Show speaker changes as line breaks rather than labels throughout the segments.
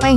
欢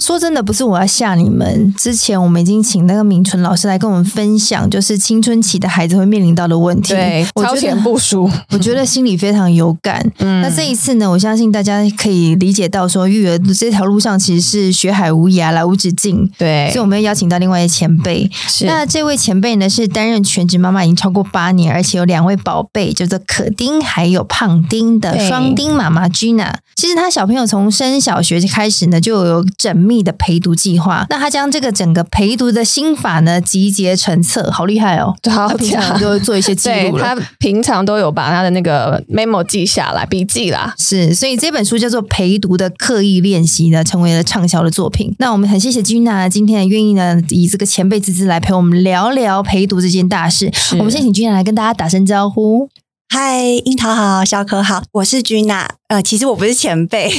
说真的，不是我要吓你们，之前我们已经请那个明纯老师来跟我们分享，就是青春期的孩子会面临到的问题。 我觉得
部嗯署，
我觉得心里非常有感。
嗯
那这一次呢，我相信大家可以理解到，说育儿这条路上其实是学海无涯，来无止境。
对
所以，我们要邀请到另外一位前辈，
是
那这位前辈呢，是担任全职妈妈已经超过八年，而且有两位宝贝，叫做可丁还有胖丁的
对
双丁妈妈 Gina。其实她小朋友从升小学开始呢，就有缜密的陪读计划。那她将这个整个陪读的心法呢，集结成册，好厉害哦！
好
她平常就会做一些记
对
录了
他。平常都有把他的那个 memo 记下来，笔记啦。
是，所以这本书叫做《陪读的刻意练习》呢，成为了畅销的作品。那我们很谢谢君娜今天愿意呢，以这个前辈之姿来陪我们聊聊陪读这件大事。我们先请君娜来跟大家打声招呼。
嗨，樱桃好，小可好，我是君娜。呃，其实我不是前 辈，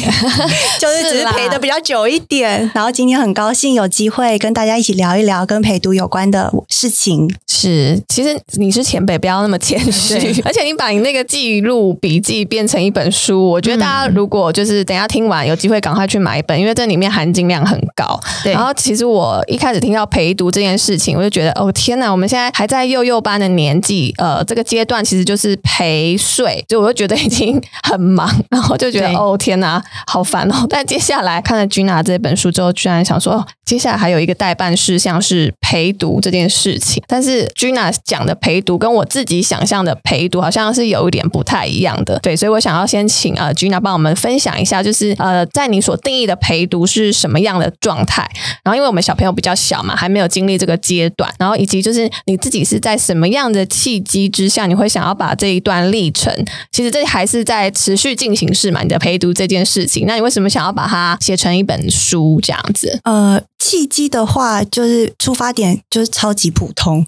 就是只
是
是
啦
陪的比较久一点。然后今天很高兴有机会跟大家一起聊一聊跟陪读有关的事情。
是，其实你是前辈，不要那么谦 虚。 而且你把你那个记录笔记变成一本书，我觉得大
嗯
家如果就是等一下听完有机会赶快去买一本，因为这里面含金量很高。
对
然后其实我一开始听到陪读这件事情，我就觉得哦天哪，我们现在还在幼幼班的年纪，呃，这个阶段其实就是陪睡，就我就觉得已经很忙，然后就觉得
对
哦天哪，好烦哦。但接下来看了君娜这本书之后，居然想说，哦，接下来还有一个代办事项是陪读这件事情。但是君娜讲的陪读跟我自己想象的陪读好像是有一点不太一样的，对，所以我想要先请呃君娜帮我们分享一下，就是呃在你所定义的陪读是什么样的状态，然后，因为我们小朋友比较小嘛，还没有经历这个阶段，然后以及就是你自己是在什么样的契机之下，你会想要把这一段历程，其实这还是在持续进行式嘛，你的陪读这件事情，那你为什么想要把它写成一本书这样子？
呃，契机的话，就是出发点就是超级普通，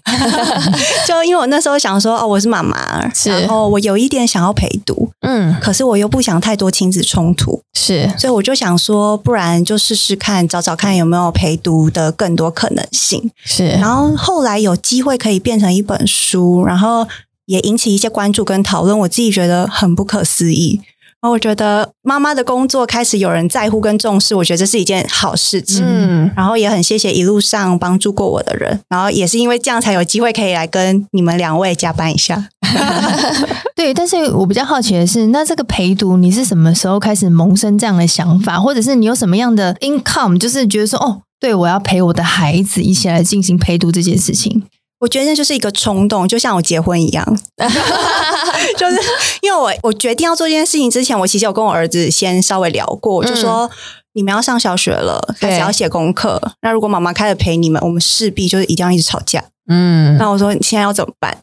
就因为我那时候想说，哦，我是妈妈，
是
然后我有一点想要陪读，
嗯，
可是我又不想太多亲子冲突，
是
所以我就想说，不然就试试看，找找看有没有陪读的更多可能性。
是
然后后来有机会可以变成一本书，然后也引起一些关注跟讨论，我自己觉得很不可思议。然后我觉得妈妈的工作开始有人在乎跟重视，我觉得这是一件好事情。
嗯，
然后也很谢谢一路上帮助过我的人，然后也是因为这样才有机会可以来跟你们两位加班一下。
对，但是我比较好奇的是，那这个陪读你是什么时候开始萌生这样的想法，或者是你有什么样的 income，就是觉得说，哦，对我要陪我的孩子一起来进行陪读这件事情。
我觉得那就是一个冲动，就像我结婚一样， 就是因为我我决定要做这件事情之前，我其实有跟我儿子先稍微聊过，我就说。你们要上小学了，开
嗯
始
对
要写功课。那如果妈妈开始陪你们，我们势必就是一定要一直吵架。
嗯，
那我说你现在要怎么办？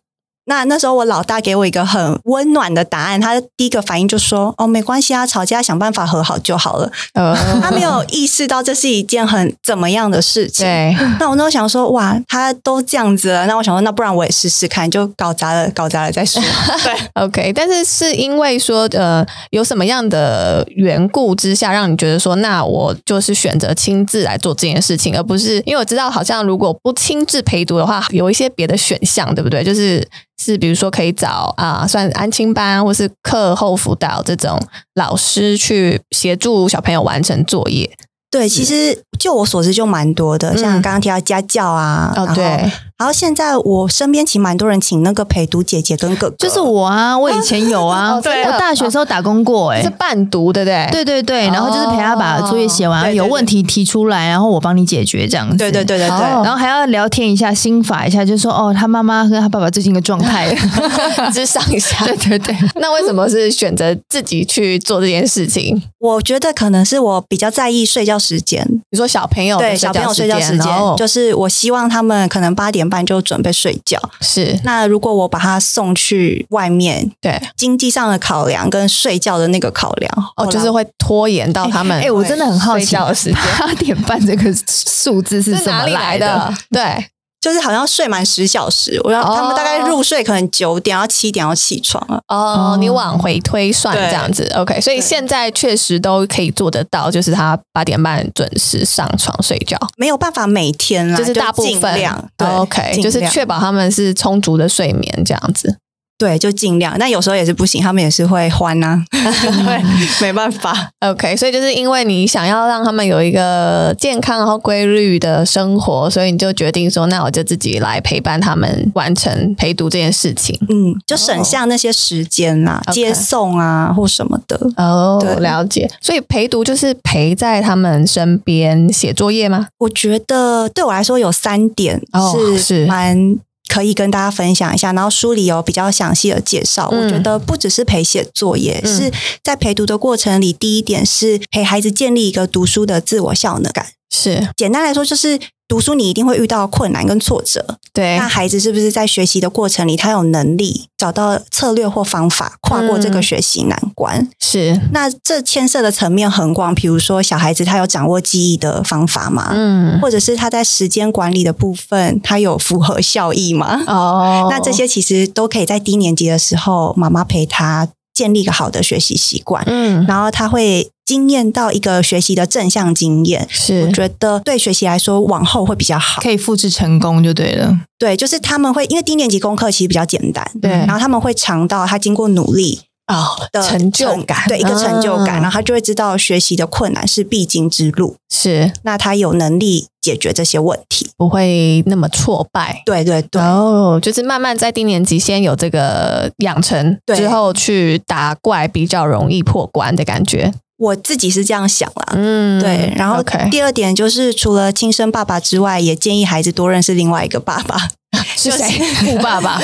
那那时候我老大给我一个很温暖的答案，他第一个反应就说：“哦，没关系啊，吵架想办法和好就好了。”
呃，
他没有意识到这是一件很怎么样的事情。
对，
那我那时候想说，哇，他都这样子了，那我想说，那不然我也试试看，就搞砸了，搞砸了再说。对，
OK，但是是因为说呃，有什么样的缘故之下，让你觉得说，那我就是选择亲自来做这件事情，而不是因为我知道，好像如果不亲自陪读的话，有一些别的选项，对不对？就是是比如说可以找啊、算安亲班或是课后辅导这种老师去协助小朋友完成作业。
对，其实就我所知就蛮多的，
嗯
像刚刚提到家教啊，
哦，
然后
对，
然后现在我身边其实蛮多人请那个陪读姐姐跟哥哥，
就是我啊，我以前有啊，
呃哦真
我
的哦
大学时候打工过、欸，
是伴读，对不对？
对对对，然后就是陪他把作业写完，
哦对对对
有问题提出来，然后我帮你解决这样子。
对对对对对，
哦
然后还要聊天一下，心法一下，就说哦，他妈妈跟他爸爸最近的状 态。
之上一 下。
对对对，
那为什么是选择自己去做这件事情？
我觉得可能是我比较在意睡觉时间，
你说小朋友的
对小朋友睡觉时间
然后，
就是我希望他们可能八点半就准备睡觉。
是
那如果我把他送去外面，
对
经济上的考量跟睡觉的那个考量，
哦，就是会拖延到他们
哎、我真的很好
睡
奇，
觉的时间
八点半这个数字是
这
怎么
哪里
来
的？对，
就是好像睡满十小时，我要
哦
他们大概入睡可能九点到七点要起床了。
哦
哦，
你往回推算
嗯对
这样子，OK，所以
对
现在确实都可以做得到，就是他八点半准时上床睡觉，
没有办法每天啦，
就是大部
尽
分哦
量对
，OK，
尽
就是
量
确保他们是充足的睡眠这样子。
对，就尽量。但有时候也是不行，他们也是会欢啊 呐、 对，没办法。
OK，所以就是因为你想要让他们有一个健康然后规律的生活，所以你就决定说，那我就自己来陪伴他们完成陪读这件事情。
嗯，就省下那些时间啦、
OK
接送啊或什么的。
哦
对
了解。所以陪读就是陪在他们身边写作业吗？
我觉得对我来说有三点
哦是
是蛮可以跟大家分享一下，然后书里有比较详细的介绍。
嗯
我觉得不只是陪写作业，
嗯
是在陪读的过程里，第一点是陪孩子建立一个读书的自我效能感。
是
简单来说，就是读书你一定会遇到困难跟挫折，
对
那孩子是不是在学习的过程里，他有能力找到策略或方法，跨过这个
嗯
学习难关？
是，
那这牵涉的层面很广，比如说小孩子他有掌握记忆的方法吗？
嗯，
或者是他在时间管理的部分，他有符合效益吗？
哦，
那这些其实都可以在低年级的时候，妈妈陪他建立一个好的学习习惯，
嗯
然后他会经验到一个学习的正向经验。
是
我觉得对学习来说，往后会比较好。
可以复制成功就对了。
对，就是他们会因为低年级功课其实比较简单，
对
然后他们会尝到他经过努力
哦
的
成就感，
对一个成就
啊
感，然后他就会知道学习的困难是必经之路，
是
那他有能力解决这些问题。
不会那么挫败。
对对对，
哦，就是慢慢在低年级先有这个养成，
对
之后去打怪比较容易破关的感觉。
我自己是这样想啦。
嗯，
对，然后
OK
第二点就是，除了亲生爸爸之外，也建议孩子多认识另外一个爸爸。
是
就是
谁？富爸爸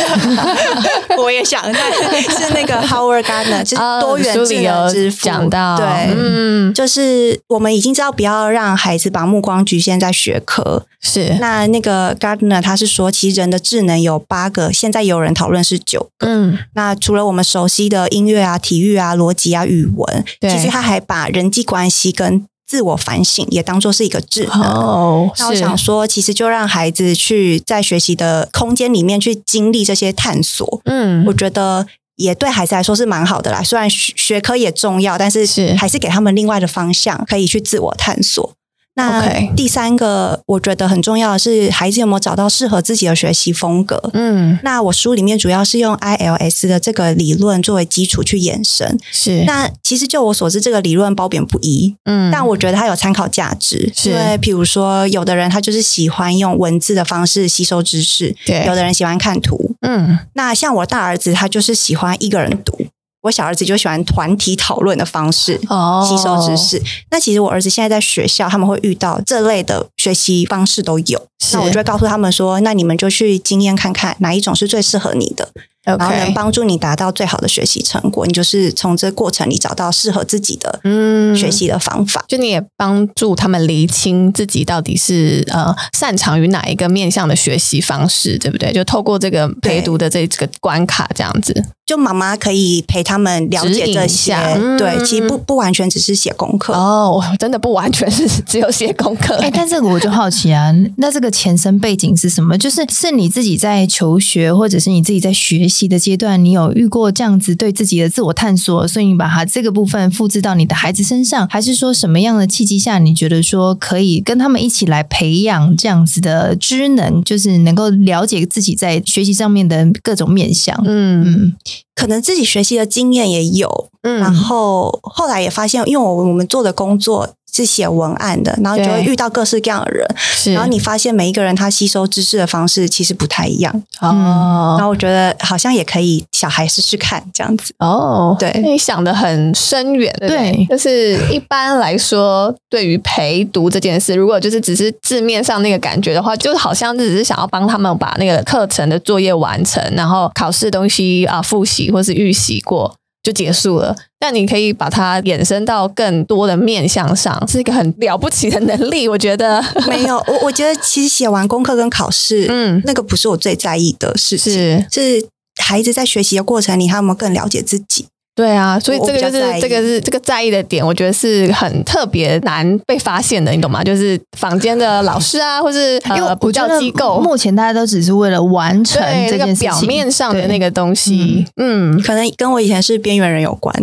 我也想，但是那个 Howard Gardner 就是
哦
多元
书
智
里
能之
有
父，
讲到，
对，
嗯，
就是我们已经知道不要让孩子把目光局限在学科。
是，
那那个 Gardner 他是说，其实人的智能有八个，现在有人讨论是九个。
嗯，
那除了我们熟悉的音乐啊、体育啊、逻辑啊、语文，
对
其实他还把人际关系跟自我反省也当做是一个智能。
哦，
那我
是
想说，其实就让孩子去在学习的空间里面去经历这些探索，
嗯
我，觉得也对孩子来说是蛮好的啦。虽然学学科也重要，但
是
是还是给他们另外的方向，可以去自我探索。那
OK
第三个，我觉得很重要的是，孩子有没有找到适合自己的学习风格？
嗯，
那我书里面主要是用 ILS 的这个理论作为基础去延伸。
是，
那其实就我所知，这个理论褒贬不一，
嗯，
但我觉得它有参考价值。
是
因为比如说，有的人他就是喜欢用文字的方式吸收知识，
对
有的人喜欢看图。
嗯，
那像我大儿子，他就是喜欢一个人读。我小儿子就喜欢团体讨论的方式
哦，
吸收知识。那其实我儿子现在在学校，他们会遇到这类的学习方式都有。
哦是
那我就会告诉他们说，那你们就去经验看看哪一种是最适合你的，然后能
，OK，
帮助你达到最好的学习成果。你就是从这过程里找到适合自己的
嗯
学习的方法。
就你也帮助他们厘清自己到底是呃擅长于哪一个面向的学习方式，对不对？就透过这个陪读的这这个关卡，这样子。
就妈妈可以陪他们了
指
解
引
这
一
些
下，嗯
对，其实不不完全只是写功课。
哦，我真的不完全是只有写功课、
哎、但这个我就好奇啊，那这个前身背景是什么？就是是你自己在求学，或者是你自己在学习的阶段，你有遇过这样子对自己的自我探索，所以你把它这个部分复制到你的孩子身上，还是说什么样的契机下，你觉得说可以跟他们一起来培养这样子的知能，就是能够了解自己在学习上面的各种面向？
嗯
嗯，
可能自己学习的经验也有，然
嗯，
后后来也发现，因为我我们做的工作是写文案的，然后就会
对嗯
遇到各式各样的人，
是
然后你发现每一个人他吸收知识的方式其实不太一样，然
哦
后我觉得好像也可以小孩试试看这样 子。
哦，
对
那你想的很深远，对不对
对
就是一般来说，对于陪读这件事，如果就是只是字面上那个感觉的话，就是好像只是想要帮他们把那个课程的作业完成，然后考试的东西啊复习或是预习过。就结束了，但你可以把它衍生到更多的面向上，是一个很了不起的能力，我觉得。
没有，我我觉得其实写完功课跟考试，
嗯，
那个不是我最在意的事情，
是
是孩子在学习的过程里，他有没有更了解自己？
对啊，所以
我
这个就
比较在
是
意
这个是这个在意的点，我觉得是很特别难被发现的，你懂吗？就是坊间的老师啊，或是
因
呃
为
补
我觉
教
得
机构，
目前大家都只是为了完成
对
这
那
件
个
事情，
表面上的那
个。
个东西，嗯，
可能跟我以前是边缘人有关。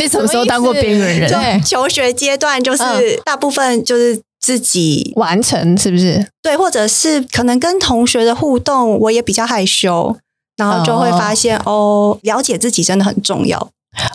你什么时候当过边缘人？
对，
求学阶段就是
嗯
大部分就是自己、
完成是不是？
对，或者是可能跟同学的互动，我也比较害羞，然后就会发现哦，了解自己真的很重要。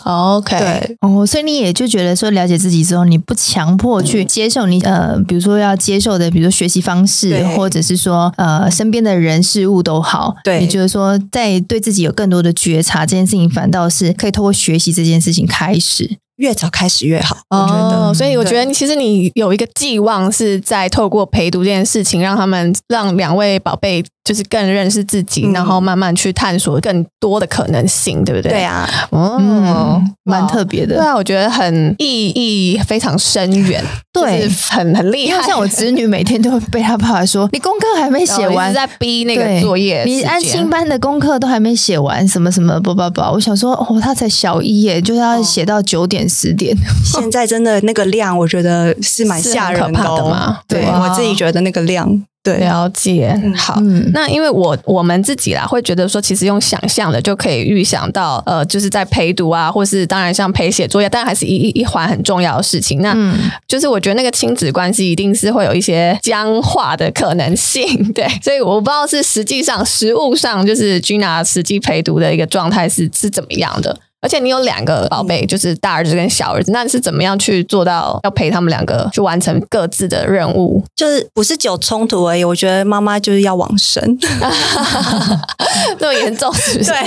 OK，
对，
哦，所以你也就觉得说，了解自己之后，你不强迫
嗯
去接受你呃，比如说要接受的，比如说学习方式，
对
或者是说呃身边的人事物都好，
对
你觉得说在对自己有更多的觉察这件事情，反倒是可以透过学习这件事情开始。
越早开始越好，我觉得。
哦，所以我觉得
对
你其实你有一个寄望是在透过陪读这件事情，让他们让两位宝贝就是更认识自己，
嗯
然后慢慢去探索更多的可能性，对不对？
对，啊，
哦，
嗯，蛮
哇
特别
对
的。
啊，我觉得很意义非常深远，
对
就是很很厉
因
害。
为像我侄女每天都会被她爸爸说：“你功课还没写
然后哦一
完
直，在逼那个
对
作业时间，
你安亲班的功课都还没写完，什么什么叭叭叭。”我想说，哦，她才小一耶，就是要
哦
写到九点十点。
现在真的那个量，我觉得是蛮
是
吓
很
人
可怕
哦
的嘛？
对
哇
我自己觉得那个量，对，
了解，好。
嗯，
那因为我我们自己啦，会觉得说，其实用想象的就可以预想到，呃，就是在陪读啊，或是当然像陪写作业，但还是一一一环很重要的事情。那、
嗯，
就是我觉得那个亲子关系一定是会有一些僵化的可能性，对。所以我不知道是实际上实物上，就是 Gina 实际陪读的一个状态是是怎么样的。而且你有两个宝贝，就是大儿子跟小儿子，那你是怎么样去做到要陪他们两个去完成各自的任 务？
就是不是只有冲突而已。我觉得妈妈就是要往生，
那么严重是不是？
对，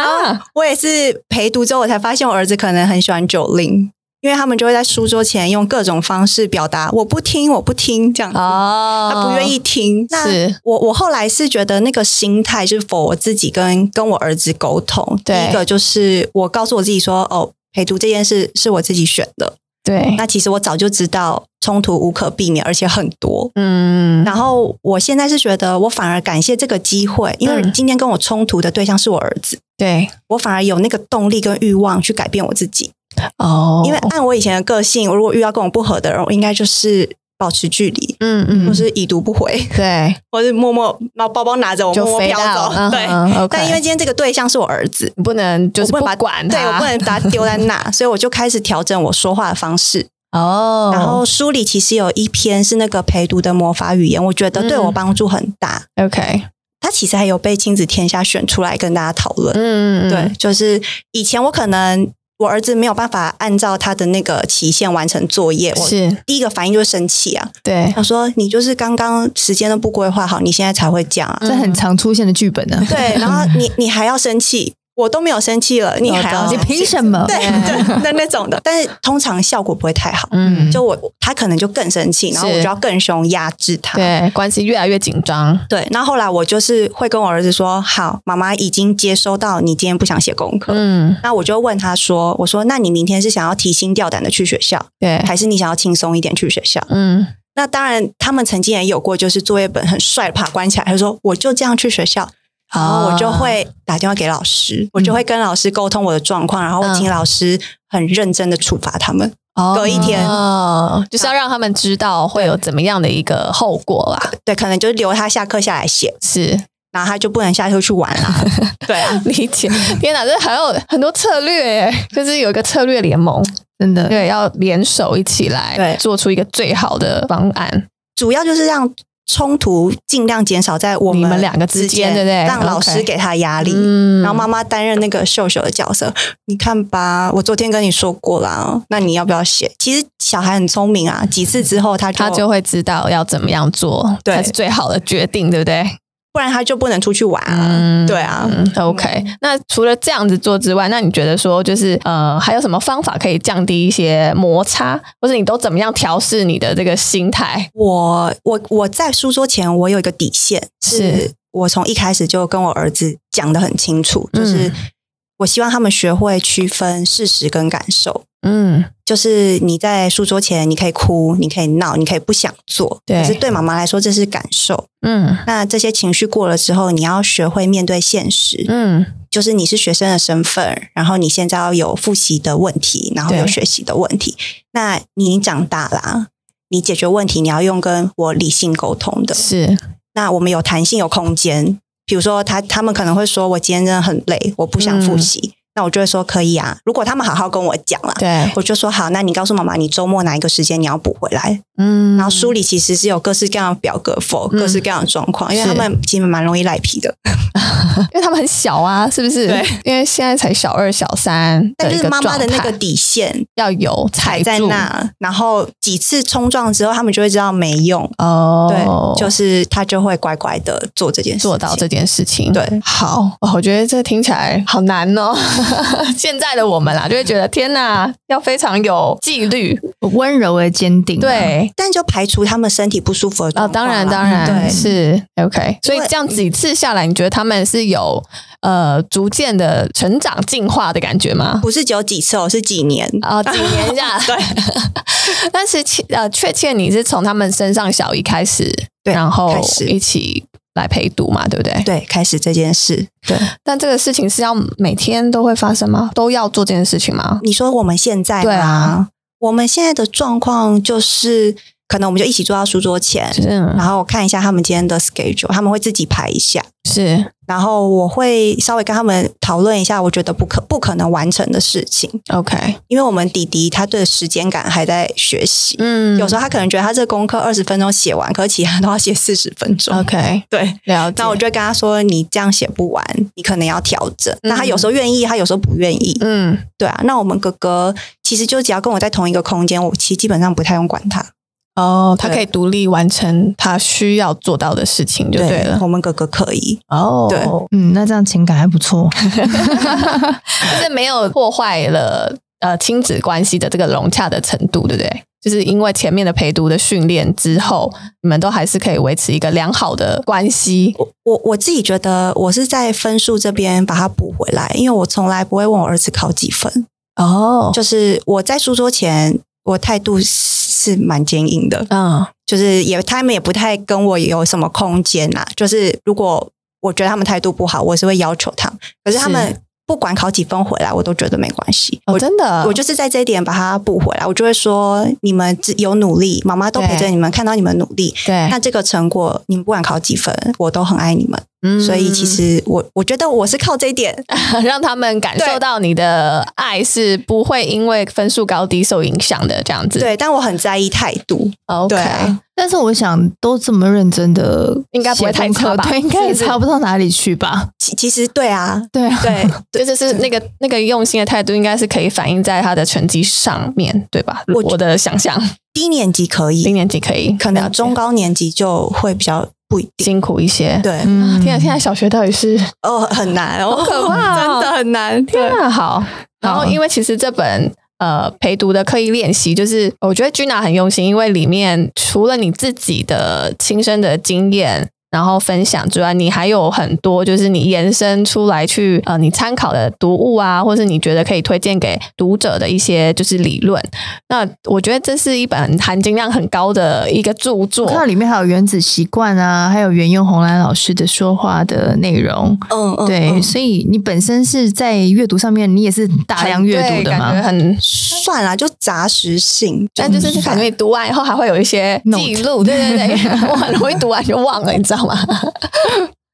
啊，
我也是陪读之后，我才发现我儿子可能很喜欢酒令，因为他们就会在书桌前用各种方式表达我不听，我不听这样子。
哦，
他不愿意听，那
是
我我后来是觉得那个心态是否我自己跟跟我儿子沟通。第
对
一个就是我告诉我自己说，哦，陪读这件事是我自己选的。
对，
那其实我早就知道冲突无可避免，而且很多。
嗯，
然后我现在是觉得，我反而感谢这个机会，因为
嗯
今天跟我冲突的对象是我儿子，
对，
我反而有那个动力跟欲望去改变我自己。
哦，
因为按我以前的个性，我如果遇到跟我不合的人，我应该就是保持距离，
嗯嗯，
或是已读不回，
对，
或是默默把包包拿着，我默
就
默
飞
飘
到，嗯
走。对，
o k
但因为今天这个对象是我儿子，
你不能就是
我不能把
管
对我
他
不能把他丢在 那，所以我就开始调整我说话的方式。
哦，
然后书里其实有一篇是那个陪读的魔法语言，我觉得对我
嗯
帮助很大。
OK，
它其实还有被亲子天下选出来跟大家讨论。
嗯，嗯
对，，就是以前我可能我儿子没有办法按照他的那个期限完成作业，
嗯
我
是，
第一个反应就是生气啊，
对，
想说你就是刚刚时间都不规划好，你现在才会这样
嗯
啊。
这很常出现的剧本呢、啊。
对，然后你你还要生气，我都没有生气了，你还要
你
生气
凭什么？
对对，那那种的，但是通常效果不会太好。
嗯，
就我他可能就更生气，然后我
是
就要更凶压制他。
对，关系越来越紧张，
对，那后来我就是会跟我儿子说：“好，妈妈已经接收到你今天不想写功课。
嗯，
那我就问他说：“我说，那你明天是想要提心吊胆的去学校，
对，
还是你想要轻松一点去学校
嗯，？”
那当然，他们曾经也有过，就是作业本很帅地把它关起来，他说：“我就这样去学校。”然后我就会
啊
打电话给老师，
嗯
我就会跟老师沟通我的状况，然后我请老师很认真的处罚他们。
哦
隔一天
哦，就是要让他们知道会有怎么样的一个后果啦，
对，可能就是留他下课下来写，
是，
然后他就不能下课去玩 了。对啊，
理解。天哪，这还有很多策略耶，就是有一个策略联盟，
真的。
对，要联手一起来，
对
做出一个最好的方案。
主要就是让冲突尽量减少在我
你们两个之
之
间对不对
让老
OK
师给他压力。
嗯
然后妈妈担任那个秀秀的角色，你看吧，我昨天跟你说过啦，那你要不要写？其实小孩很聪明啊，几次之后他就
他就会知道要怎么样做，
对
才是最好的决定，对不对？
不然他就不能出去玩啊。
嗯
对啊，
嗯，OK。那除了这样子做之外，那你觉得说，就是呃，还有什么方法可以降低一些摩擦，或者你都怎么样调试你的这个心态？
我我我在书桌前，我有一个底线，
是
是我从一开始就跟我儿子讲的很清楚，
嗯
就是我希望他们学会区分事实跟感受。
嗯，
就是你在书桌前，你可以哭，你可以闹，你可以不想做，
对
可是对妈妈来说，这是感受。
嗯
那这些情绪过了之后，你要学会面对现实，
嗯，
就是你是学生的身份，然后你现在要有复习的问题，然后有
对
学习的问题。那你已经长大啦、你解决问题你要用跟我理性沟通的。
是
那我们有弹性，有空间。比如说他他们可能会说，我今天真的很累，我不
嗯
想复习。那我就会说可以啊，如果他们好好跟我讲啦，
对，
我就说好，那你告诉妈妈，你周末哪一个时间你要补回来。
嗯，
然后书里其实是有各式各样的表格 for
嗯
各式各样的状况，因为
是
他们其实蛮容易赖皮的。
因为他们很小啊，是不是？
对，
因为现在才小二、小三
但
一
就是
个
妈妈的那
状态
个底线
要有踩
摆在
住
那，然后几次冲撞之后，他们就会知道没用。
哦，
对，就是他就会乖乖的做这件事情，
做到这件事情。
对
好，哇我觉得这听起来好难哦。 现在的我们啊啦，就会觉得天哪，要非常有纪律。
温柔而坚
嗯
定、，啊
对，
但就排除他们身体不舒服的
哦，
状况
当
啦
然，当然，
对，
是 OK。所以
因为
这样几次下来，你觉得他们是有呃逐渐的成长进化的感觉吗？
不是只有几次哦，是几年。
啊，几年下 对，但是其呃，确切你是从他们身上小一开始，
对
然后
开始
一起来陪读嘛，对不对？
对，开始这件事。对，
但这个事情是要每天都会发生吗？都要做这件事情吗？
你说我们现在
对
吗
啊？
我们现在的状况就是，可能我们就一起坐到书桌前，
是
然后看一下他们今天的 schedule，他们会自己排一下。
是
然后我会稍微跟他们讨论一下，我觉得不可不可能完成的事情，
OK，
因为我们弟弟他对时间感还在学习，
嗯
有时候他可能觉得他这功课二十分钟写完，可是其他都要写四十分钟。
OK
对，
了解。
那我就跟他说，你这样写不完，你可能要调整。那他有时候愿意，他有时候不愿意，
嗯
对啊。那我们哥哥其实就只要跟我在同一个空间，我其实基本上不太用管他。
哦，他
对
可以独立完成他需要做到的事情就对了。
我们哥哥可以，
哦
对
嗯，那这样情感还不 错。
就是没有破坏了呃亲子关系的这个融洽的程度，对不对？就是因为前面的陪读的训练之后，你们都还是可以维持一个良好的关系。
我我我自己觉得我是在分数这边把它补回来，因为我从来不会问我儿子考几分，
哦，
就是我在书桌前，我态度是蛮坚硬的，
嗯
就是也他们也不太跟我有什么空间呐、就是如果我觉得他们态度不好，我是会要求他们，可是他
是
们不管考几分回来，我都觉得没关系。
哦，
我
真的，
我就是在这一点把它补回来，我就会说你们只有努力，妈妈都陪着你们，看到你们努力，
对，
那这个成果你们不管考几分，我都很爱你
嗯
们。
哎
所以其实我我觉得我是靠这一点，
让他们感受到你的爱是不会因为分数高低受影响的，这样子。
对，但我很在意态度，
，OK，
对啊
但是我想，都这么认真的，
应该不会太差吧
对，应该也
是不是
差不到哪里去吧？
其其实对啊，
对啊，
对
这就是那个那个用心的态度，应该是可以反映在他的成绩上面，对吧？
我
我的想象，
低年级可
零
以，
年级可以，
可
了
能
解
中高年级就会比较不一定，
辛苦一些。
对，
嗯
天啊，现在小学到底是
哦，很难，哦，
可怕哦
真的很难，
天
对，
啊 好。然后因为其实这本。呃，陪读的刻意练习，就是我觉得 Gina 很用心，因为里面除了你自己的亲身的经验，然后分享之外，你还有很多就是你延伸出来去呃，你参考的读物啊，或是你觉得可以推荐给读者的一些就是理论。那我觉得这是一本含金量很高的一个著作
我。看到里面还有原子习惯啊，还有袁用红兰老师的说话的内容。
嗯嗯，
对，
嗯
所以你本身是在阅读上面，你也是大量阅读的
对感觉
嘛？
很
算了，就杂食性，
但就是感觉你读完以后还会有一些
Note
记录，对对对， 我很容易读完就忘了，你知道 吗？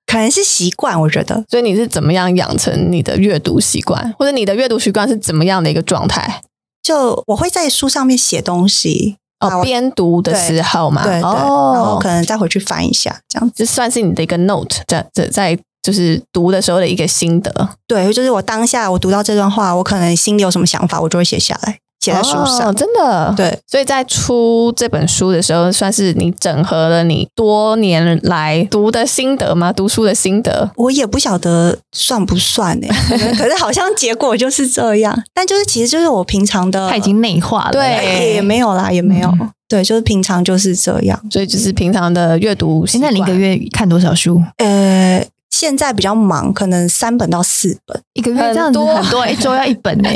可能是习惯，我觉得。
所以你是怎么样养成你的阅读习惯，或者你的阅读习惯是怎么样的一个状态？
就我会在书上面写东西，啊
哦，
我
边读的时候嘛，
对对，然后
哦
可，能再回去翻一下，这样子。
就算是你的一个 note，在在在就是读的时候的一个心得，
对，就是我当下我读到这段话，我可能心里有什么想法，我就会写下来，写在书上。
哦真的。
对，
所以在出这本书的时候，算是你整合了你多年来读的心得吗？读书的心得，
我也不晓得算不算呢、可能可是好像结果就是这样。但就是其实就是我平常的，
它已经内化了。
对嗯
哎也也没有啦，也没有。对，就是平常就是这样。
所以就是平常的阅读习
现在
惯。
你一个月看多少书？
呃，现在比较忙，可能三本到四本，
一个月 这样子
很多
很多，一周要一本 呢、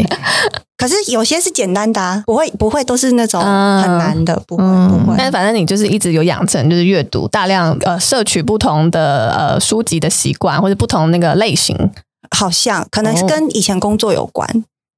可是有些是简单的、啊，不会不会都是那种
嗯
很难的，不会
嗯
不会。
但是反正你就是一直有养成就是阅读大量呃摄取不同的呃书籍的习惯，或者不同那个类型，
好像可能是
哦
跟以前工作有关，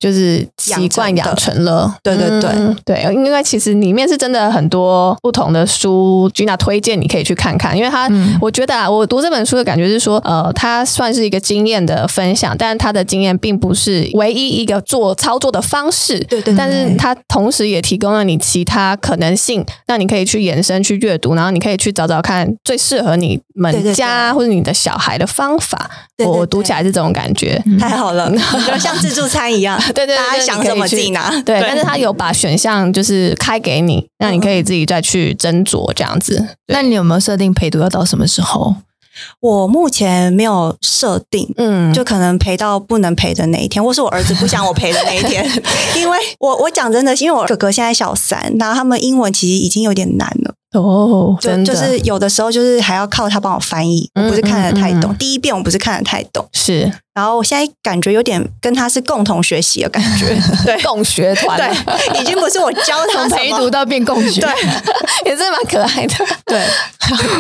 就是习惯养
养成
成了。
对对对
嗯对，因为其实里面是真的很多不同的书，Gina 推荐你可以去看看，因为它、
嗯
我觉得啊，我读这本书的感觉是说，呃，它算是一个经验的分享，但它的经验并不是唯一一个做操作的方式。
对对对
但是它同时也提供了你其他可能性，那你可以去延伸去阅读，然后你可以去找找看最适合你们
对对对
家或者你的小孩的方法。
对对
我我
对
读起来是这种感觉。
太好
嗯
了，就像自助餐一样，
对对对
大家想什么自己拿。
对，但是他有把选项就是开给你，那你可以自己再去斟酌这样
嗯
子。
那你有没有设定陪读要到什么时候？
我目前没有设定。
嗯，
就可能陪到不能陪的那一天，或是我儿子不想我陪的那一 天，因为我我讲真的，因为我哥哥现在小三，然后他们英文其实已经有点难了，
哦，
就
真的
就是有的时候就是还要靠他帮我翻译，我不是看得太懂，
嗯嗯
第一遍我不是看得太懂，
是
然后我现在感觉有点跟他是共同学习的感觉，
对共学 团啊，
对，已经不是我 教他
从
什
陪
么
读到变共学，
对
也是蛮可爱的。
对，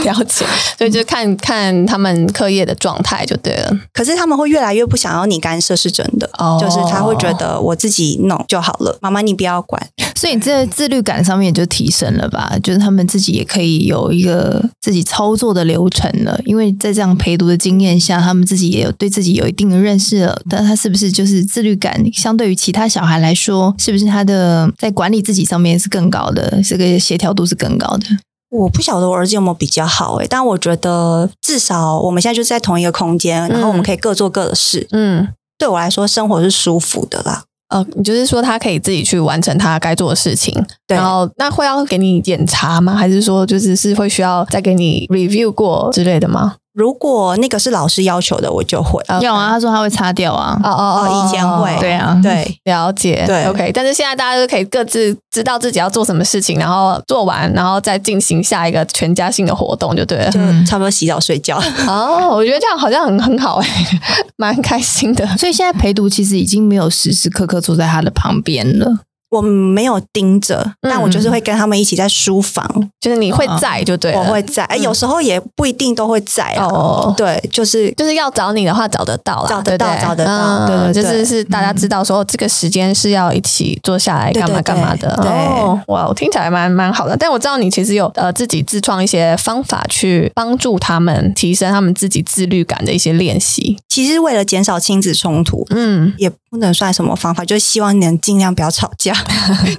了解，所以就看看他们课业的状态就对了。
可是他们会越来越不想要你干涉，是真的。
哦
就是他会觉得我自己弄就好了，妈妈你不要管。
所以你这自律感上面也就提升了吧？就是他们自己也可以有一个自己操作的流程了，因为在这样陪读的经验下，他们自己也有对自己有一定的认识了。但他是不是就是自律感，相对于其他小孩来说，是不是他的在管理自己上面是更高的，这个协调度是更高的？
我不晓得我儿子有没有比较好诶、但我觉得至少我们现在就是在同一个空间，然后我们可以各做各的事。
嗯。
对我来说，生活是舒服的啦。
呃，你就是说他可以自己去完成他该做的事情，
对
然后那会要给你检查吗？还是说就是是会需要再给你 review 过之类的吗？
如果那个是老师要求的，我就会。
要啊，他说他会擦掉啊。
哦哦
哦，以前会，
对啊
对
了解，
对
，OK。但是现在大家都可以各自知道自己要做什么事情，然后做完，然后再进行下一个全家性的活动就对了
就。
嗯
差不多洗澡睡觉。
哦，我觉得这样好像很很好哎、 蛮开心的。
所以现在陪读其实已经没有时时刻刻坐在他的旁边了。
我没有盯着，
嗯
但我就是会跟他们一起在书房，
就是你会在就对了，
嗯
啊嗯
我会在。哎，有时候也不一定都会在啊。
哦。
对，就是
就是要找你的话，找得到啦，
找得
对
到
不对
找得到
嗯
对对对
就是是大家知道说、哦这个时间是要一起坐下来
对
干嘛
对
干嘛的。
对
哦，哇，我听起来蛮蛮好的。但我知道你其实有呃自己自创一些方法去帮助他们提升他们自己自律感的一些练习。
其实为了减少亲子冲突，
嗯
也不能算什么方法，就是希望你能尽量不要吵 架，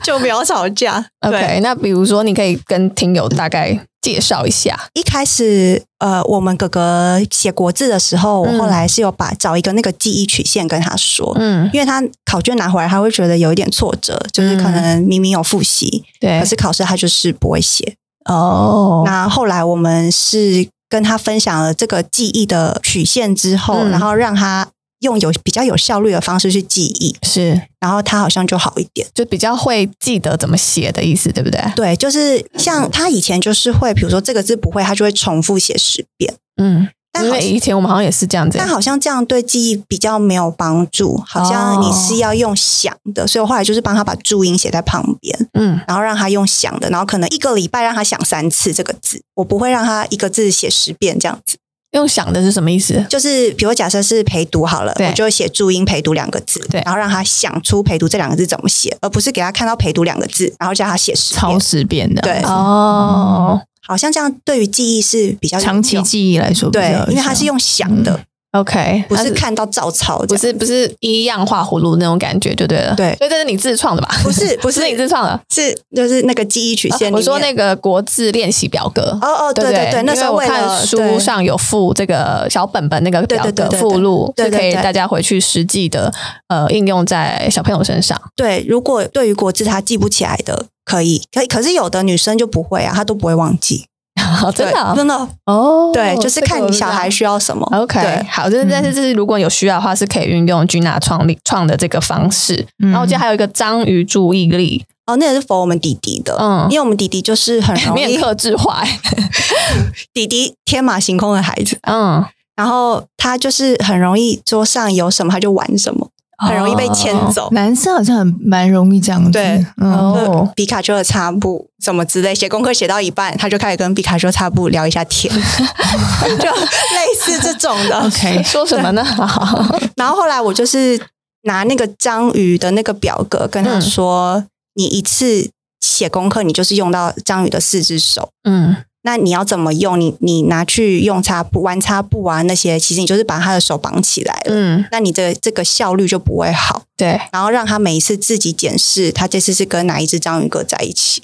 就不要吵架。
嗯
对，
，OK，那比如说你可以跟听友大概介绍一下。
一开始呃，我们哥哥写国字的时候，
嗯
我后来是有把找一个那个记忆曲线跟他说。
嗯，
因为他考卷拿回来，他会觉得有一点挫折，就是可能明明有复习，
对
可。是考试他就是不会写。
嗯哦，
那后来我们是跟他分享了这个记忆的曲线之后，
嗯
然后让他用有比较有效率的方式去记忆，
是
然后他好像就好一点。
就比较会记得怎么写的意思，对不对？
对，就是像他以前就是会，比如说这个字不会，他就会重复写十遍。
嗯，
但
因
好
为以前我们好像也是这样子
但。好像这样对记忆比较没有帮助，好像你是要用想的，所以我后来就是帮他把注音写在旁边，
嗯，
然后让他用想的，然后可能一个礼拜让他想三次这个字，我不会让他一个字写十遍这样子。
用想的是什么意思？
就是比如假设是陪读好了，
对
我就写注音陪读两个字，
对
然后让他想出陪读这两个字怎么写，而不是给他看到陪读两个字，然后叫他写十
超
遍。
时变的，
对
哦
好像这样对于记忆是比较有
长期
用
记忆来说比较有
对
效，，
因为他是用想的，
，OK，
嗯不是
那
看到照抄这
不
样，
是不是一样画葫芦那种感觉就对了。
对
所以这是你自创的吧？
不是不是
你自创的。啊
是就是那个记忆曲线里面、
我说那个国字练习表格。
哦哦对
不
对对，那时
因为
候
我
为
看
了
书上有附这个小本本那个表
对
格
对对对
附录，
对
就
对
可以
对
大家回去实际的呃应用在小朋友身上。
对对，如果对于国字他记不起来的，可以可以，可是有的女生就不会啊，她都不会忘记，
真的啊
对真的
哦，
对，就是
这个
看
我
你
不知
小
道
孩需要什么。
OK，
对
好，就是但是就是如果有需要的话，是可以运用 Gina 创立创的这个方式。
嗯
然后我记得还有一个章鱼注意力，
哦，那也是否我们弟弟的，
嗯
因为我们弟弟就是很容
面
易，
特制化欸，
弟弟天马行空的孩子，
嗯，
然后他就是很容易桌上有什么他就玩什么，很容易
哦
被牵走。
男生好像很蛮容易这样子，
对
嗯，
哦，
皮卡丘的擦布什么之类，写功课写到一半，他就开始跟皮卡丘擦布聊一下天，就类似这种的。
OK
说什么呢？
然后后来我就是拿那个章鱼的那个表格跟他说，你一次写功课，你就是用到章鱼的四只手。
嗯，
那你要怎么用？你你拿去用擦布、玩擦布啊那些，其实你就是把他的手绑起来了。
嗯，
那你的这个效率就不会好，
对，
然后让他每一次自己检视，他这次是跟哪一只章鱼哥在一起。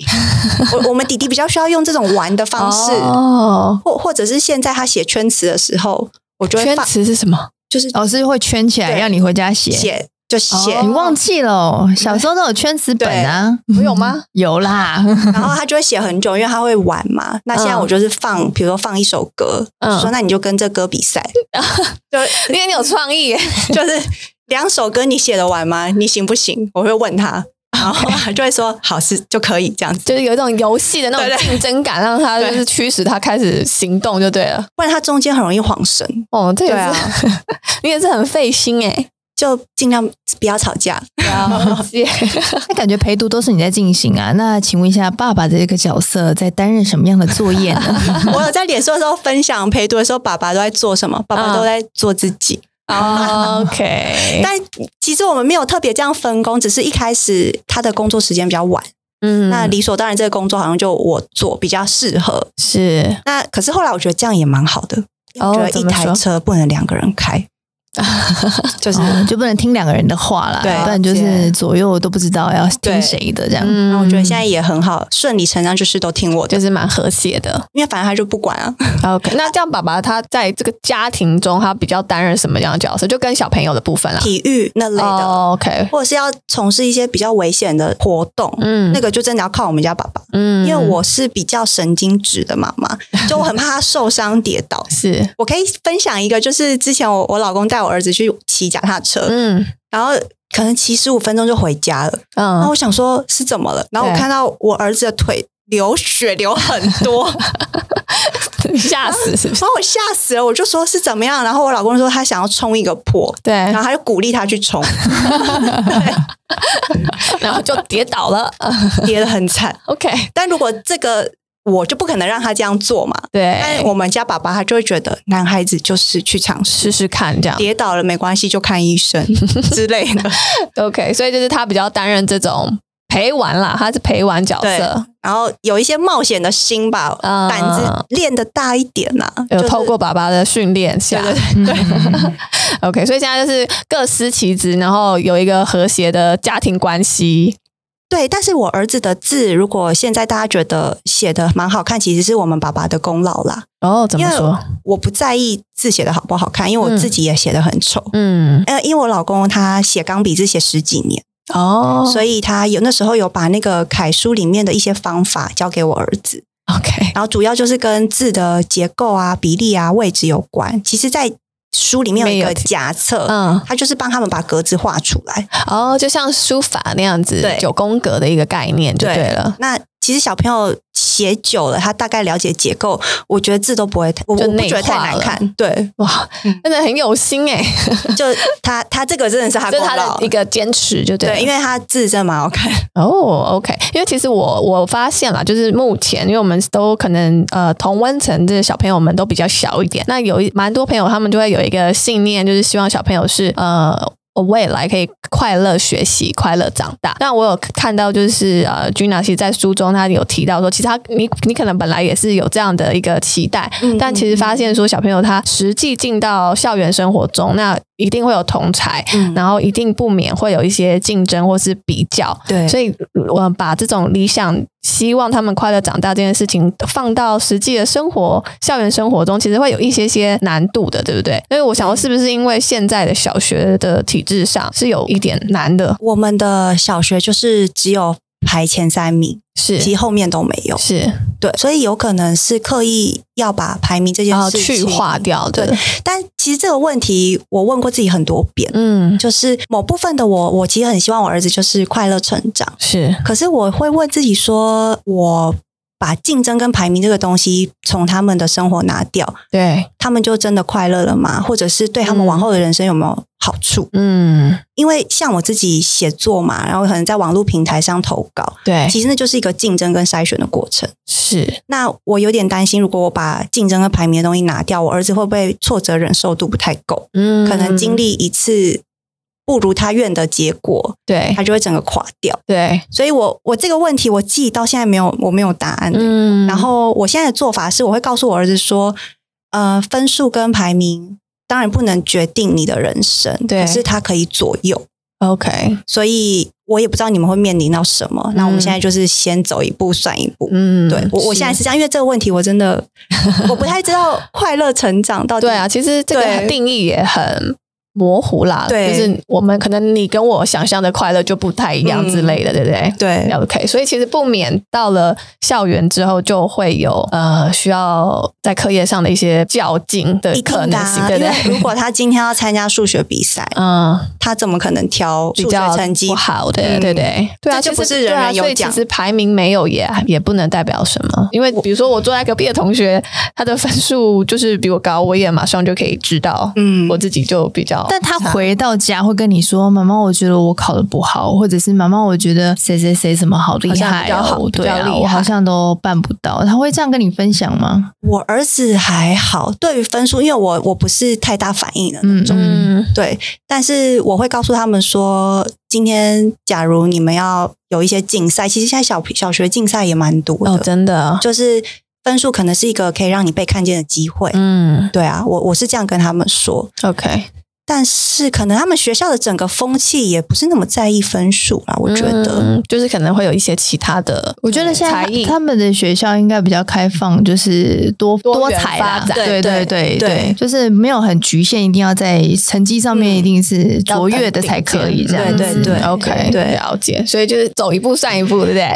我我们弟弟比较需要用这种玩的方式，
哦，
或或者是现在他写圈词的时候，我就会
圈
放
词是什 么？
就是
老师哦会圈起来
对
让你回家写。
写就写，
你忘记了哦、小时候都有圈词本啊，
我有吗？
有 啦，
然后他就会写很久，因为他会玩嘛。那现在我就是放，比如说放一首歌，
嗯
我说那你就跟这歌比赛，就
因为你有创意耶，
就是两首歌你写得完吗？你行不行？我会问他，然后他就会说好是就可以这样子。
就是有一种游戏的那
对
种
对
竞争感，让他就是驱使他开始行动就对了。
不然他中间很容易晃神，
哦，这也
对啊
是， 你也是很费心哎，
就尽量不要吵架。
了解。
那感觉陪读都是你在进行啊。那请问一下，爸爸的这个角色在担任什么样的作业 呢？
我有在脸书的时候分享陪读的时候，爸爸都在做什么？爸爸
嗯
都在做自己。
哦 OK，
但其实我们没有特别这样分工，只是一开始他的工作时间比较晚，
嗯
那理所当然这个工作好像就我做比较适合。
是
那可是后来我觉得这样也蛮好的，因为我
哦
觉得
怎
一
么
台
说
车不能两个人 开，就是
哦就不能听两个人的话啦，
对
不然就是左右都不知道要听谁的这样。
嗯
然后我觉得现在也很好，顺理成章就是都听我的，
就是蛮和谐的。
因为反正他就不管 啊。
OK，那这样爸爸他在这个家庭中，他比较担任什么样的角色？就跟小朋友的部分啊。
体育那类的，
哦 OK，
或者是要从事一些比较危险的活动，
嗯
那个就真的要靠我们家爸爸，
嗯
因为我是比较神经质的妈 妈，就我很怕他受伤跌倒。
是
我可以分享一个，就是之前我我老公带我儿子去骑脚踏车，
嗯
然后可能骑十五分钟就回家了。然后
嗯
我想说是怎么了，然后我
对
看到我儿子的腿流血流很多， 然
吓死是不是？
后我吓死了，我就说是怎么样，然后我老公说他想要冲一个坡，
对，
然后他就鼓励他去冲，
然后就跌倒了。
跌得很惨。
OK，
但如果这个我就不可能让他这样做嘛，但
对，
我们家爸爸他就会觉得男孩子就是去尝
试
试，
试看这样。
跌倒了没关系，就看医生之类 的。
OK，所以就是他比较担任这种陪玩啦，他是陪玩角色，
然后有一些冒险的心吧，
嗯
胆子练得大一点呐、啊，
有
就是
透过爸爸的训练下。
对对嗯对，
OK，所以现在就是各司其职，然后有一个和谐的家庭关系。
对。但是我儿子的字，如果现在大家觉得写的蛮好看，其实是我们爸爸的功劳啦。
哦，怎么
因为
说？
我不在意字写的好不好看，因为我
嗯
自己也写的很丑。
嗯，
呃，因为我老公他写钢笔字写十几年，
哦，
所
以
以他有那时候有把那个楷书里面的一些方法教给我儿子，
OK，
然后主要就是跟字的结构啊、比例啊、位置有关。其实，在书里面有一
没
个
有提
夹册，
嗯，
他就是帮他们把格子画出来。
哦，就像书法那样子
对，
九宫格的一个概念就对了。
那其实小朋友写久了，他大概了解结构，我觉得字都不会太，我
就
我不
内
觉得太
化
难
了
看。对，
哇，
嗯
真的很有心哎、
就他他这个真的是他
这
功
是他
劳
的一。个坚持，就对了。
对，因为他字真的蛮好看。
哦、o k 因为其实我我发现啦，就是目前，因为我们都可能呃同温层的小朋友们都比较小一点，那有一蛮多朋友他们就会有一个信念，就是希望小朋友是呃。我未来可以快乐学习、快乐长大。那我有看到，就是呃，Gina 其实在书中她有提到说，其实她你你可能本来也是有这样的一个期待，
嗯
但其实发现说小朋友他实际进到校园生活中，那一定会有同才，
嗯
然后一定不免会有一些竞争或是比较。
对
所以我把这种理想、希望他们快乐长大这件事情放到实际的生活、校园生活中，其实会有一些些难度的，对不对？所以我想说，是不是因为现在的小学的体制上是有一点难的？
我们的小学就是只有排前三名，其
是
实后面都没有。
是，
对，所以有可能是刻意要把排名这件
然后
事情
啊去化。掉的，
对但其实这个问题我问过自己很多遍，
嗯，
就是某部分的我，我其实很希望我儿子就是快乐成长，
是
可是我会问自己说，我把竞争跟排名这个东西从他们的生活拿掉，
对，
他们就真的快乐了吗？或者是对他们
嗯
往后的人生有没有好处？
嗯，
因为像我自己写作嘛，然后可能在网络平台上投稿，
对，
其实那就是一个竞争跟筛选的过程。
是，
那我有点担心，如果我把竞争跟排名的东西拿掉，我儿子会不会挫折忍受度不太够？
嗯
可能经历一次不如他愿的结果，
对
他就会整个垮掉。
对，
所以我我这个问题我自己到现在没有我没有答案。
嗯
然后我现在的做法是，我会告诉我儿子说，呃，分数跟排名当然不能决定你的人生，
对
可是它可以左右。
OK，
所以我也不知道你们会面临到什么。那我们现在就是先走一步算一步。
嗯
对我，我现在是这样，因为这个问题我真的我不太知道快乐成长到底
对啊，其实这个
哦对
定义也很模糊啦，
对
就是我们可能你跟我想象的快乐就不太一样之类的，对不对？
嗯对
OK，所以其实不免到了校园之后，就会有呃需要在课业上的一些较劲的
一定
可
的
能性，
啊、
对不
因为如
对？
果他今天要参加数学比赛，
嗯，
他怎么可能挑
比
数
较
学成绩
不？好的，
嗯
对对对啊，
这就不
其实
是人人
对啊
有
所以
奖
其实排名没有也也不能代表什么，因为比如说我坐在隔壁的同学，他的分数就是比我高，我也马上就可以知道，
嗯
我自己就比较。
但他回到家会跟你说：“妈妈，我觉得我考的不好，或者是妈妈，我觉得谁谁谁什么好厉害
好像比较好
哦，对
比较厉
啊，
害
我好像都办不到。”他会这样跟你分享吗？
我儿子还好，对于分数，因为我我不是太大反应的，
嗯嗯
嗯，
对，但是我会告诉他们说，今天假如你们要有一些竞赛，其实现在小小学竞赛也蛮多嗯的，啊
哦，真的，
就是分数可能是一个可以让你被看见的机会。
嗯
对啊，我我是这样跟他们说，
，OK，
但是可能他们学校的整个风气也不是那么在意分数啦，我觉得。
嗯就是可能会有一些其他的，
我觉得现在
才艺
他们的学校应该比较开放，就是多
多元
彩
发
啦
展
对
对
对对
对
对，就是没有很局限，一定要在成绩上面
嗯
一定是卓越的才可以这样子。
对对对
嗯
OK，
对
了解。所以就是走一步算一步，对不对？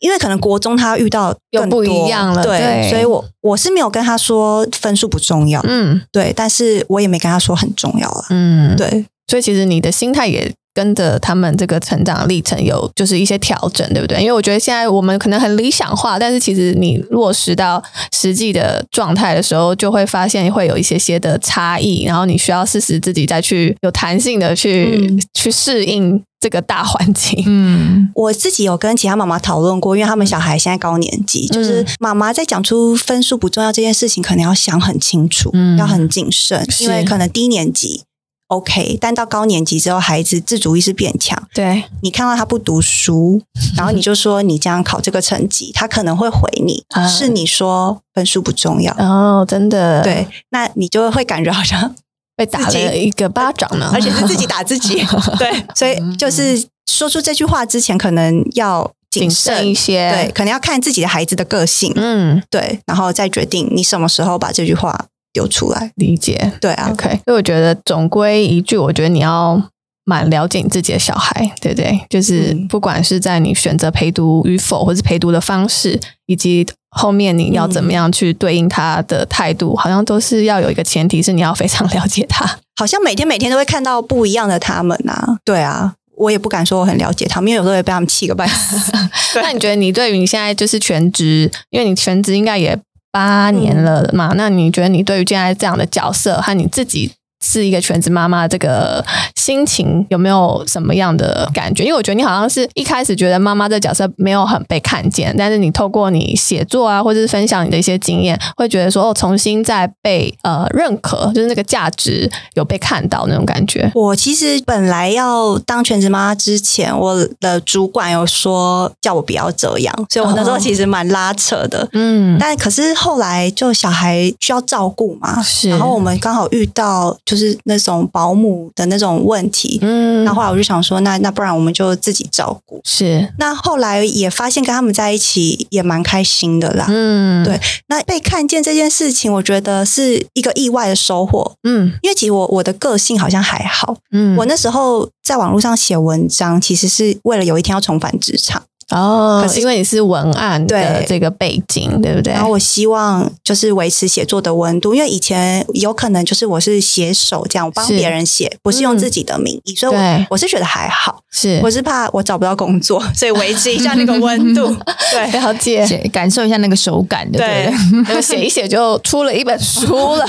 因为可能国中他遇到
又
更
不一
多
样了
对，
对
所以我我是没有跟他说分数不重要，
嗯
对，但是我也没跟他说很重要啦，
嗯，。
对，
所以其实你的心态也跟着他们这个成长历程有就是一些调整，对不对？因为我觉得现在我们可能很理想化，但是其实你落实到实际的状态的时候，就会发现会有一些些的差异，然后你需要适时自己再去有弹性的去、
嗯
去适应这个大环境。
嗯，
我自己有跟其他妈妈讨论过，因为他们小孩现在高年级，
嗯
就是妈妈在讲出分数不重要这件事情，可能要想很清楚，
嗯
要很谨慎，
是
因为可能低年级 OK，但到高年级之后，孩子自主意识变强，
对，
你看到他不 读书，然后你就说你这样考这个成绩，他可能会回你，
啊嗯
是你说分数不重要，
然后真的
对，那你就会感觉好像，
被打
自己
了一个巴掌呢，
而且是自己打自 己，对，所
嗯
以就是说出这句话之前，可能要谨
谨
慎
慎一些。
对，，可能要看自己的孩子的个性，
嗯，
对，然后再决定你什么时候把这句话丢出来。
理解。
对啊，
OK，所以我觉得总归一句，我觉得你要蛮了解你自己的小孩，对不对？就是
嗯
不管是在你选择陪读与否，或是陪读的方式，以及后面你要怎么样去对应他的态度，好像都是要有一个前提是你要非常了解他。
好像每天每天都会看到不一样的他们啊。对啊，我也不敢说我很了解他们，因为有时候也被他们气个半死。对
那你觉得你对于你现在就是全职，因为你全职应该也八年了嘛？
嗯
那你觉得你对于现在这样的角色和你自己？是一个全职妈妈，这个心情有没有什么样的感觉？因为我觉得你好像是一开始觉得妈妈这角色没有很被看见，但是你透过你写作啊，或者是分享你的一些经验，会觉得说哦，重新再被呃认可，就是那个价值有被看到那种感觉。
我其实本来要当全职妈妈之前，我的主管有说叫我不要这样，所以我那时候
哦
其实蛮拉扯的。
嗯，
但可是后来就小孩需要照顾嘛，
是
然后我们刚好遇到就是那种保姆的那种问题，
嗯
那后来我就想说，那那不然我们就自己照顾。
是，
那后来也发现跟他们在一起也蛮开心的啦。
嗯，
对那被看见这件事情，我觉得是一个意外的收获，
嗯
因为其实我我的个性好像还好。
嗯，
我那时候在网络上写文章，其实是为了有一天要重返职场，
哦，
可是
因为你是文案的
对
这个背景，对不对？
然后我希望就是维持写作的温度，因为以前有可能就是我是写手这样，我帮
是
别人写，不是嗯用自己的名义，所以
对
我我是觉得还好。
是
我是怕我找不到工 作，所以维持一下那个温 度。对，
了解，
写感受一下那个手感，对不对
对？
就写一写就出了一本书 了。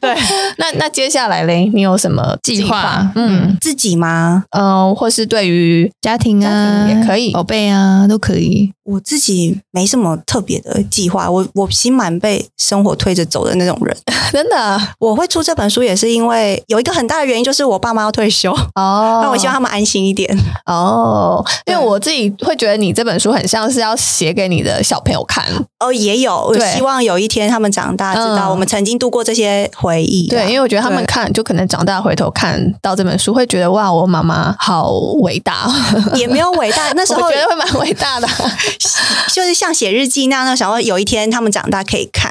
对，
那那接下来嘞，你有什么
计划
嗯
自己吗？
嗯、呃或是对于
家庭啊
家庭也可以
宝贝啊都可以。
我自己没什么特别的计划，我我其实蛮被生活推着走的那种人。
真的
我会出这本书也是因为有一个很大的原因，就是我爸妈要退休，
哦
那我希望他们安心一点。
哦，因为我自己会觉得你这本书很像是要写给你的小朋友看，
哦，也有，我
对
希望有一天他们长大，知道
嗯
我们曾经度过这些回忆啊、
对，因为我觉得他们
对
看就可能长大回头看到这本书，会觉得哇，我妈妈好伟 大，
也没有伟大， 那时候
我觉得会蛮伟大的。
就是像写日记那样，那想要有一天他们长大可以看，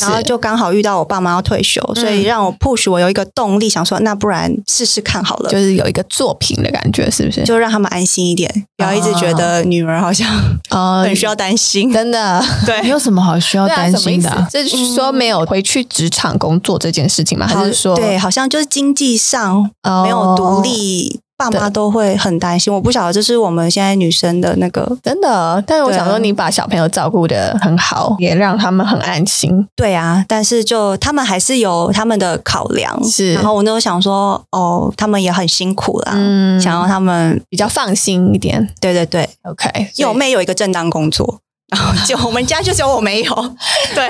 然后就刚好遇到我爸妈要退休，所
嗯
以让我 push 我有一个动力，想说那不然试试看好 了，
就是有一个作品的感觉，是不是？
就让他们安心一
哦
点，不要一直觉得女儿好像
呃
很需要担心。
真的。
你
对，
有什么好需要
对啊
担心的
什么意
啊
思？？这是
嗯
说没有回去职场工作这件事情吗？还是说
哦对，好像就是经济上
哦
没有独立，爸妈都会很担心。我不晓得这是我们现在女生的那个
真的，但是我
对啊
想说，你把小朋友照顾的很好，也让他们很安心。
对啊，但是就他们还是有他们的考量，
是
然后我那时候想说，哦，他们也很辛苦啦，
嗯
想要他们，
比较放心一点
对对对，
，OK 所以。
因为我妹有一个正当工作，然后就 我们家就只有我没有， 对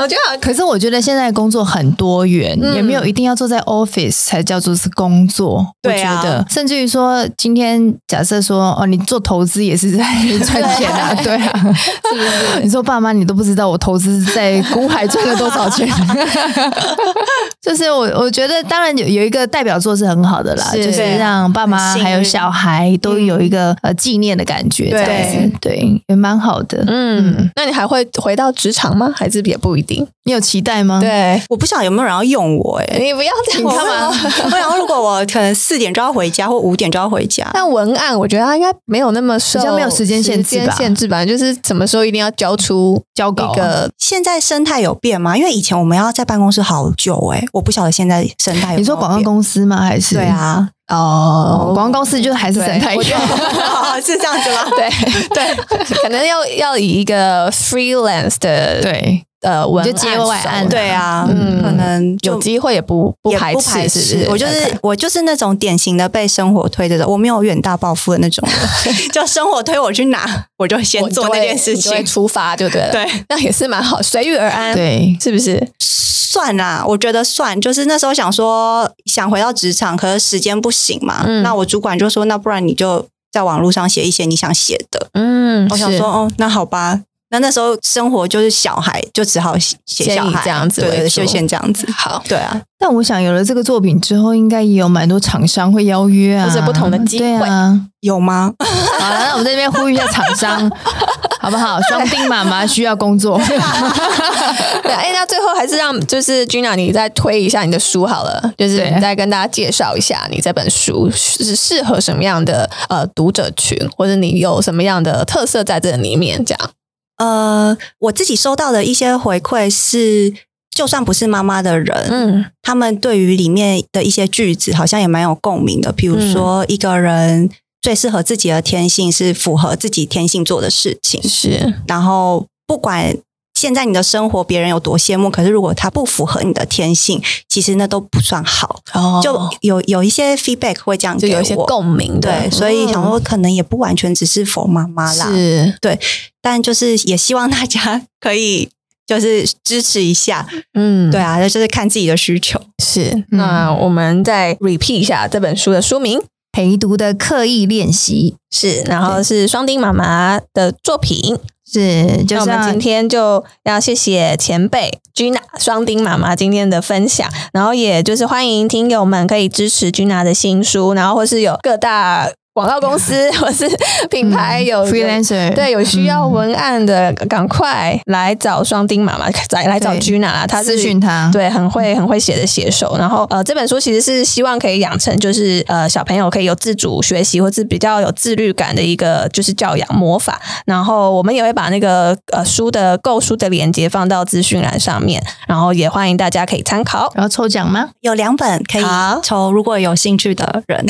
我觉得好像
可是我觉得现在工作很多元，
嗯
也没有一定要坐在 office 才叫做是工作。
对啊
我觉得，甚至于说，今天假设说，哦，你做投资也是在赚钱 啊，对啊，
是不是？
你说爸妈，你都不知道我投资在股海赚了多少 钱。就是我，我觉得当然有有一个代表作是很好的啦，
是
就是让爸妈
很幸运
还有小孩都
嗯
有一个、呃纪念的感觉，这样子，对，也蛮好的。
嗯，那你还会回到职场吗？还是也不一定？
你有期待
嗯
吗？，
对
我不晓得有没有人要用我、欸，哎。
你不要这样
我
干嘛？
我想说，如果我可能四点就要回家，或五点就要回家，
但文案我觉得它应该没有那么受
比较没有时间限制吧
时间限制吧，就是什么时候一定要交出
交稿
一
啊
个
现在生态有变吗？因为以前我们要在办公室好久、欸，哎，我不晓得现在生态有没有
你说广告
变
公司吗？还是
对？啊，
哦
哦，广告公司就是还是生态
对我觉
圈
得。
是这样子吗？
对对，可能要要以一个 freelance 的
对，
呃文
就
案
接外
手
案
对啊，
嗯
可能就
有机会也不不
也
排
不排
斥，是不是？
我就是
OK
我就是那种典型的被生活推着走，我没有远大抱负的那种 人，就生活推我去哪，我就先
我就
做那
会
件事
你就会
情。
出发就对了，
对，
那也是蛮好，随遇而安，，
对，
是不是？
算啦，我觉得算。就是那时候想说想回到职场，可是时间不行嘛。
嗯
那我主管就说，那不然你就在网络上写一些你想写的。
嗯，
我想
是
说，哦，那好吧。那那时候生活就是小孩，就只好写写
先
小
以
孩
这样子
对
为
对，对就
主
先这样子。
好，
对啊，
但我想有了这个作品之后，应该也有蛮多厂商会邀约啊，
或者不同的机会
对啊，
有吗？
好了，那我们在这边呼吁一下厂商， 好不好？双丁妈妈需要工 作，
对，哎，那最后还是让就是 Gina 你再推一下你的书好了，就是
对
你再跟大家介绍一下你这本书是适合什么样的呃读者群，或者你有什么样的特色在这里面，这样
呃，我自己收到的一些回馈是，就算不是妈妈的人，
嗯
他们对于里面的一些句子好像也蛮有共鸣的。比如
嗯
说，一个人最适合自己的天性是符合自己天性做的事情，
是
然后不管。现在你的生活，别人有多羡慕，可是如果他不符合你的天性，其实那都不算好。
哦
就有有一些 feedback 会这样
就
给我，
有一些共鸣的，嗯
对，所以想说可能也不完全只是否妈妈啦，
是
但就是也希望大家 可以就是支持一下，
嗯
对嗯啊，那就是看自己的需求。
是。那我们再 repeat 一下这本书的书名。
陪读的刻意练习
是，然后是双丁妈妈的作品。
是，就
那我
是
们
要
今天就要谢谢前辈 Gina 双丁妈妈今天的分享，然后也就是欢迎听友们可以支持 Gina 的新书，然后或是有各大
广告公司
嗯
或是品牌有、有
嗯 freelancer，
对，有需
嗯
要文案的，赶快来找双丁妈妈， 来来找
对
Gina 啦，她是
咨询他，
对，很会很会写的写手。然后呃，这本书其实是希望可以养成，就是呃小朋友可以有自主学习，或是比较有自律感的一个就是教养魔法。然后我们也会把那个呃书的购书的链接放到资讯栏上面，然后也欢迎大家可以参考。
然后抽奖吗？
有两本可以
好
抽，如果有兴趣的 人，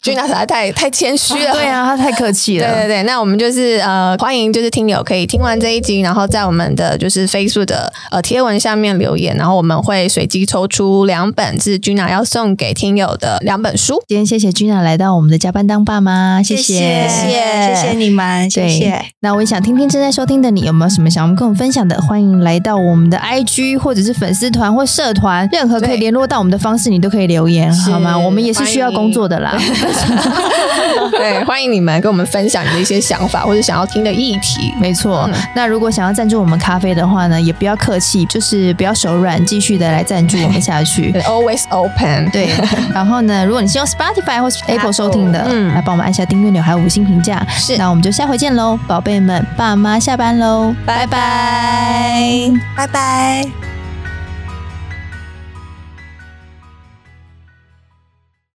君娜实在太太谦 虚了。
对啊，他太客气
对
了。
对对，那我们就是呃，欢迎就是听友可以听完这一集，然后在我们的就是 Facebook 的呃贴文下面留言，然后我们会随机抽出两本是君娜要送给听友的两本书。
今天谢谢君娜来到我们的加班当爸妈，谢
谢谢谢你们，谢
对
谢。
那我也想听听正在收听的你有没有什么想要跟我们分享的，欢迎来到我们的 IG 或者是粉丝团或社团，任何可以
对
联络到我们的方式，你都可以留言，
是
好吗？我们也是需要工作的啦。
对，欢迎你们跟我们分享你的一些想法或者想要听的议题。
没错，那如果想要赞助我们咖啡的话呢，也不要客气，就是不要手软，继续的来赞助我们下去。
Always open，
对，然后呢，如果你是用 Spotify 或是 Apple 收听的，
嗯
来帮我们按下订阅钮，还有五星评价。
是
那我们就下回见喽，宝贝们，爸妈下班喽，拜拜
拜。
拜拜。